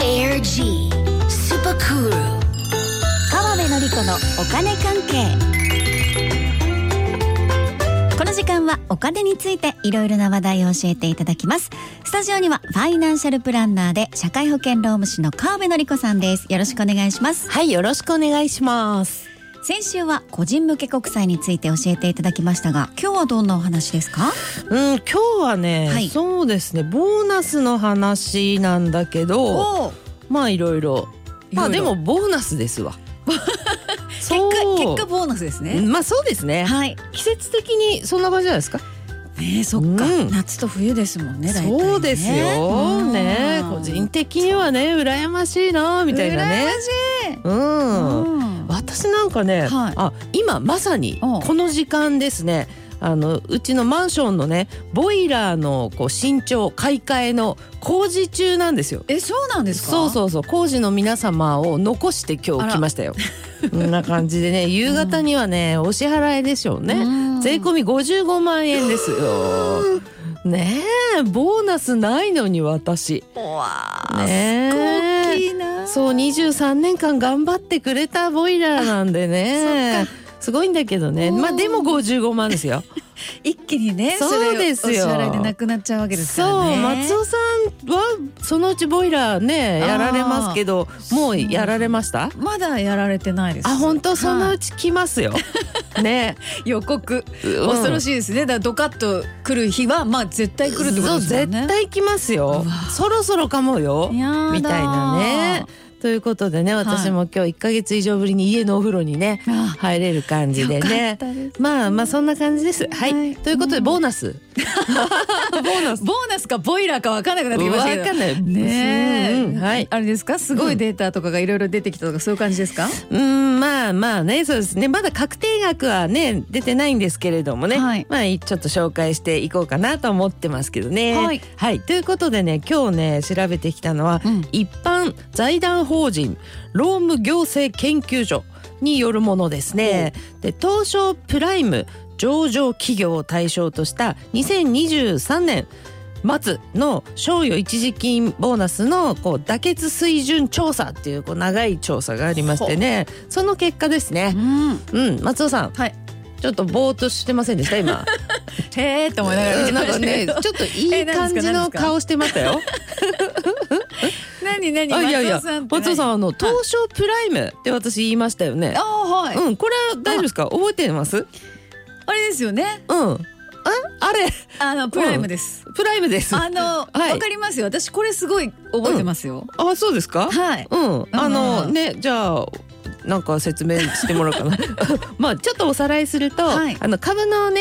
G スーパークール川辺典子のお金関係この時間はお金についていろいろな話題を教えていただきますスタジオにはファイナンシャルプランナーで社会保険労務士の川辺典子さんですよろしくお願いしますはい、よろしくお願いします。先週は個人向け国債について教えていただきましたが今日はどんなお話ですかうん、今日はね、はいそうですね、ボーナスの話なんだけど、おまあいろいろ。まあいでろいろもボーナスです わ。結果結果ボーナスですねまあそうですね。はい季節的にそんな感じじゃないですか。ねえそっか、うん夏と冬ですもんね大体ねそうですよ。うんね、個人的にはね、羨ましいなみたいなね。うん。うん私なんかね、はいあ今まさにうんこの時間ですねあのうちのマンションのねボイラーのこう新調買い替えの工事中なんですよ。えそうなんですかそううそうそう工事の皆様を残して今あら日来まし たよ。こんな感じでね夕方にはねお支払いでしょうね。ね税込み55万円ですよ。ねえボーナスないのに私。わあ、ねすごいえ大きいなそう23年間頑張ってくれたボイラーなんであねすごいんだけどねうんまあでも55万ですよ一気にねそうですよれお支払いでなくなっちゃうわけですからそうね松尾さんはそのうちボイラーねやられますけどもうやられましたまだやられてないですあ本当そのはうち来ますよ、 ねい予告うん恐ろしいですねだからドカッと来る日はまあ絶対来るってことですそうよね絶対来ますようわそろそろかもよやだみたいなねということでね私も今日1ヶ月以上ぶりに家のお風呂にねあ入れる感じでよかねったですまあまあそんな感じです。はい。はいということで、うんボーナス。ボーナス。ボーナスかボイラーか分かんなくなってきましたけどわかんないねえ、うんうんはいあれですかすごいデータとかがいろいろ出てきたとかそういう感じですか、うん、まあまあね、そうですね。まだ確定額はね、出てないんですけれどもね。はいまあ、ちょっと紹介していこうかなと思ってますけどね。はい。ということでね、今日ね、調べてきたのは、うん一般財団法人労務行政研究所によるものですね。で東証プライム上場企業を対象とした2023年末の賞与一時金ボーナスのこう妥結水準調査っていうこう長い調査がありましてねその結果ですねん、うん松尾さんはいちょっとぼーっとしてませんでし た今へえと思いながら見てまなんしかたけねちょどっといえいなん感ですかなじんのですか顔してましたよ 何何あいやい松尾やさんって何松尾さんあの東証プライムって私言いましたよねあはい、うんこれは大丈夫ですか覚えてますあれですよねうんああれあのプライムです、プライムですあの、はわいかりますよ私これすごい覚えてますよ、あそうですかはいうん、あの、うんねじゃあなんか説明してもらおう かなまあちょっとおさらいすると、はいあの株のね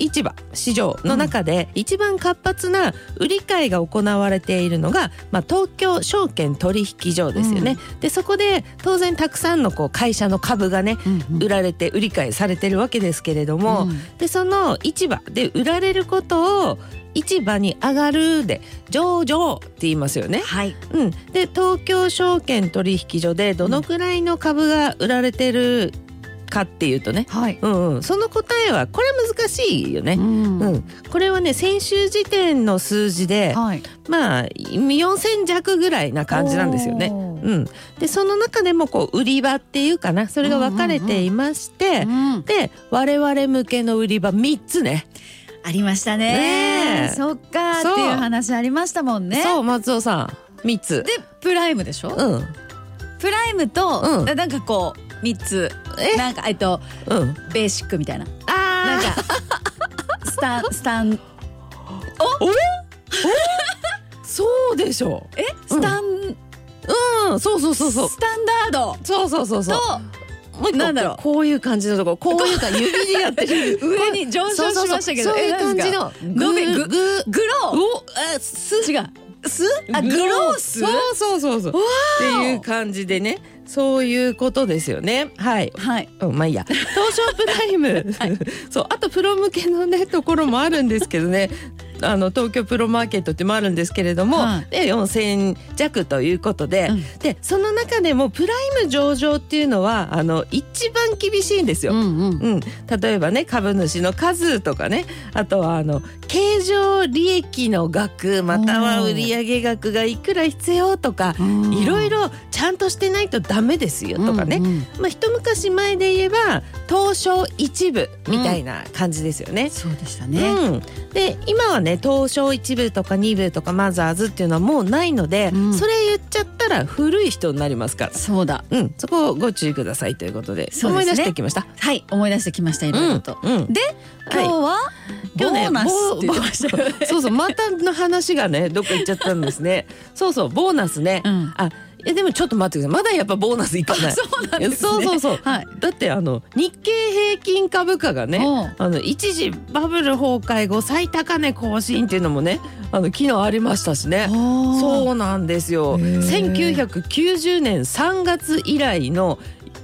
市場市場の中で一番活発な売り買いが行われているのが、まあ、東京証券取引所ですよね、でそこで当然たくさんのこう会社の株がねうんうん売られて売り買いされてるわけですけれども、うんでその市場で売られることを市場に上がるで上場って言いますよね。はいうん、で東京証券取引所でどのくらいの株が売られてるかっていうとね、はい、うんうん、その答えはこれ難しいよね。んうんこれはね先週時点の数字で、はいまあ4,000弱ぐらいな感じなんですよね。おーうん、でその中でもこう売り場っていうかなそれが分かれていまして、うんで我々向けの売り場3つね。ありましたねねえそっかってそういう話ありましたもんねそう松尾さん3つ。でプライムでしょ、うんプライムと、うんななんかこう3つえなんかえっとうん、ベーシックみたいななあんかスタンスタンそうでしょう。えスタン、うん、そうそうそうそう。スタンダードそうそうそうそう。ともう一個なんだろうこういう感じのところ、こういうか指にやってる 上に上昇しましたけどそうそうそうそういえう感じなんのか伸びぐぐぐグロおあすー違うすあグロースそうそうそうそう。ってーいう感じでね。そういうことですよね。はい。はい。うん、まあいいや。東証プライ ム。そう、あとプロ向けのね、ところもあるんですけどね。あの東京プロマーケットってもあるんですけれども、はいで4,000弱ということで、うんでその中でもプライム上場っていうのはあの一番厳しいんですよ。んうん。うん、例えばね株主の数とかねあとはあの経常利益の額またはお売ー上額がいくら必要とかいろいろちゃんとしてないとダメですよとかね、うんうんまあ、一昔前で言えば東証一部みたいな感じですよね。そうでしたうね。ん、で今はね東証一部とか二部とかマザーズっていうのはもうないので、うんそれ言っちゃったら古い人になりますから、そうだ。うん、そこをご注意くださいということでそうですね思い出してきました。はい、思い出してきました。いろいろと。うんうんで、今日はいは。ボーナスって言ってましたよねボーそうそうまたの話がねどっか行っちゃったんですねそうそうボーナスね、 うんあえでもちょっと待ってくださいまだやっぱボーナスいかないそうなんいやそうそうそう、はい。だってあの日経平均株価がねおうあの一時バブル崩壊後最高値更新っていうのもねあの昨日ありましたしねそうなんですよへー1990年3月以来の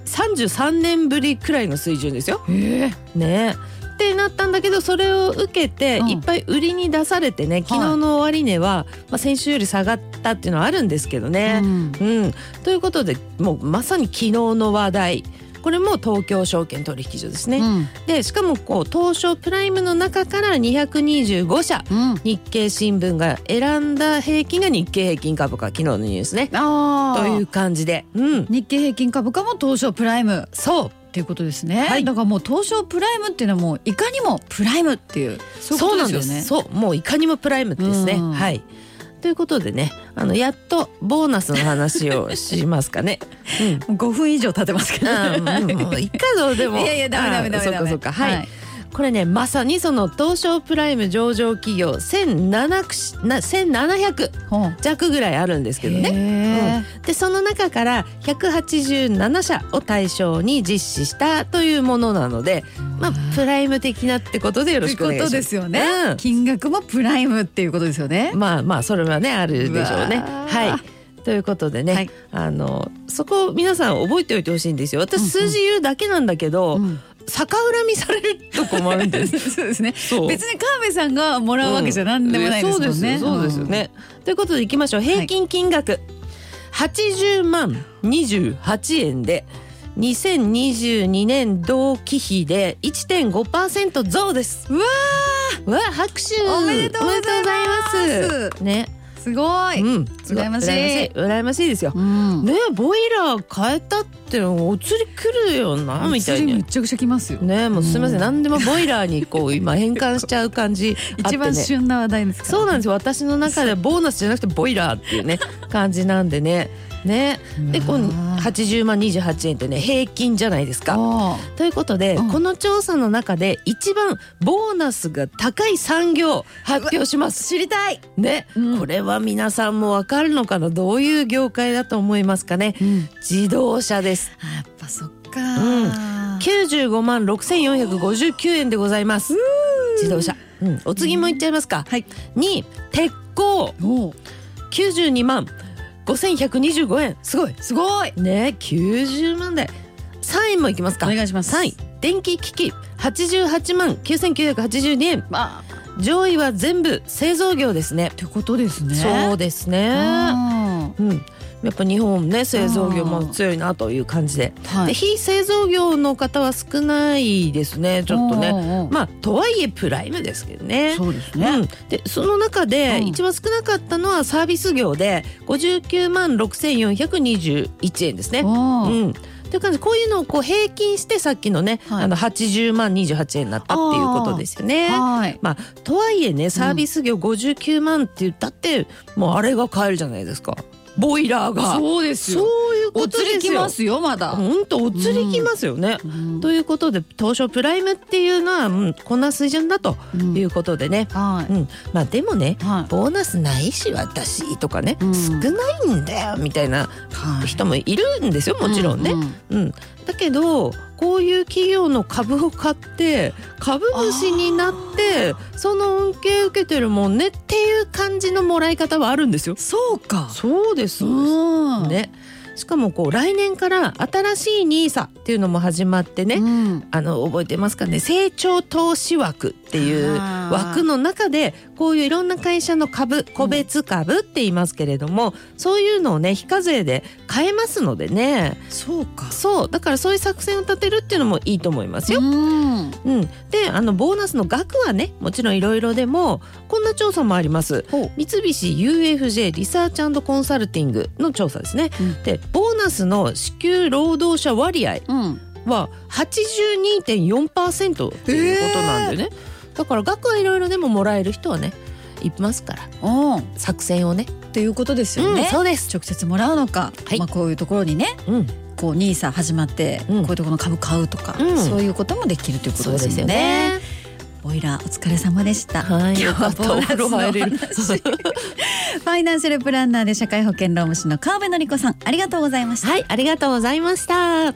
33年ぶりくらいの水準ですよ。う。へえ。ねってなったんだけどそれを受けてうんいっぱい売りに出されてね、昨日の終値は、まあ、先週より下がったっていうのはあるんですけどね。うんうん、ということでもうまさに昨日の話題これも東京証券取引所ですね、うんでしかもこう東証プライムの中から225社うん。日経新聞が選んだ平均が日経平均株価昨日のニュースねああ。という感じで、うん、日経平均株価も東証プライムそうっていうことですね、はいだからもう東証プライムっていうのはもういかにもプライムっていうそうそういうなことでんですよねす。そう、もういかにもプライムですね。うんはい。ということでね、あのやっとボーナスの話をしますか ね。うん。 5分以上経ってますけど、あーもういいかどうでも。いやいやダメダメダメダメあーそうかそうか。はい。これねまさにその東証プライム上場企業1700くしな1700ほう弱ぐらいあるんですけどね。ね、でその中から187社を対象に実施したというものなので、まあプライム的なってことでよとろいしうくおこ願いしまとす。ですよね、うん金額もプライムっていうことですよね、まあまあそれはねあるでしょうね。うわーはい。ということでね、はいあのそこを皆さん覚えておいてほしいんですよ。うんう私ん数字言うだけなんだけど、うん逆恨みされると困るんです。そうですねそう別に川辺さんがもらうわけじゃなんでもないですもんね、うんそうですよそうですよね。ということでいきましょう。平均金額八十万二十八円で。2022年同期比で1.5%増です。うわうわ拍手おめでとうございますおめでとうございますね、うんすごい、うん、すご羨ましい羨ましいですよ。うんねボイラー変えたってお釣り来るよなみたい釣りなめ。ちゃくちゃ来ますよ、ねもうすみません、うん何でもボイラーにこう今変換しちゃう感じあって、ね、 一番旬な話題ですからそうなんですよ私の中ではボーナスじゃなくてボイラーっていう ね感じなんでねねでこの80万28円ってね平均じゃないですか。かということで、うんこの調査の中で一番ボーナスが高い産業発表します。知りたい、ね、うんこれは皆さんもわかるのかなどういう業界だと思いますかねうん、自動車ですあやっぱそっか、ん95万6459円でございます自動車、うん、お次もいっちゃいますか、はいに鉄鋼おう92万5125円すごいすごいね90万台3位もいきますおか願いします3位電気機器88万9982円まあ上位は全部製造業ですねってことですねそうですねあうん、やっぱ日本ね製造業も強いなという感じで,、ーはでい非製造業の方は少ないですねちょっとねねまあとはいえプライムですけどね。そうですうねん、でその中でうん一番少なかったのはサービス業で59万6421円ですね。おうーん、という感じこういうのをこう平均してさっきのね、はいあの80万28円になったっていうことですよね。はいまあ、とはいえねサービス業59万って言ったって、もうあれが買えるじゃないですかボイラーが。そうですよそういうこおと釣りですきよま。すよまだ本当お釣りきますよね。うんということで東証プライムっていうのは、うん、こんな水準だとうんいうことでね、はうんまあでもねいはボーナスないし私とかね、うん少ないんだよみたいないはい人もいるんですよもちろんね。うううん、だけどこういう企業の株を買って株主になってその恩恵受けてるもんねっていう感じのもらい方はあるんですよ。そうかそうですそううんですね。しかもこう来年から新しいニーサっていうのも始まってね、うんあの覚えてますかね成長投資枠っていうあー枠の中でこういういろんな会社の株個別株って言いますけれども、そういうのをね非課税で買えますのでねそうかそうだからそういう作戦を立てるっていうのもいいと思いますよ。うんうん、であのボーナスの額はねもちろんいろいろでもこんな調査もあります。ほう三菱 UFJ リサーチコンサルティングの調査ですね。うんでボーナスの支給労働者割合うんは82.4%っていうことなんでね、だから額はいろいろでももらえる人はねいますからおんっ作戦をねていうことですよね、うんそうです直接もらうのか、はいまあこういうところにねうんこうニーサ始まって、うんこういうところの株買うとか、うんそういうこともできるということそうでですよねすよねボイラーお疲れ様でしたはい今日はボーナスのお風呂入れる話ファイナンシャルプランナーで社会保険労務士の川辺典子さんありがとうございましたはいありがとうございました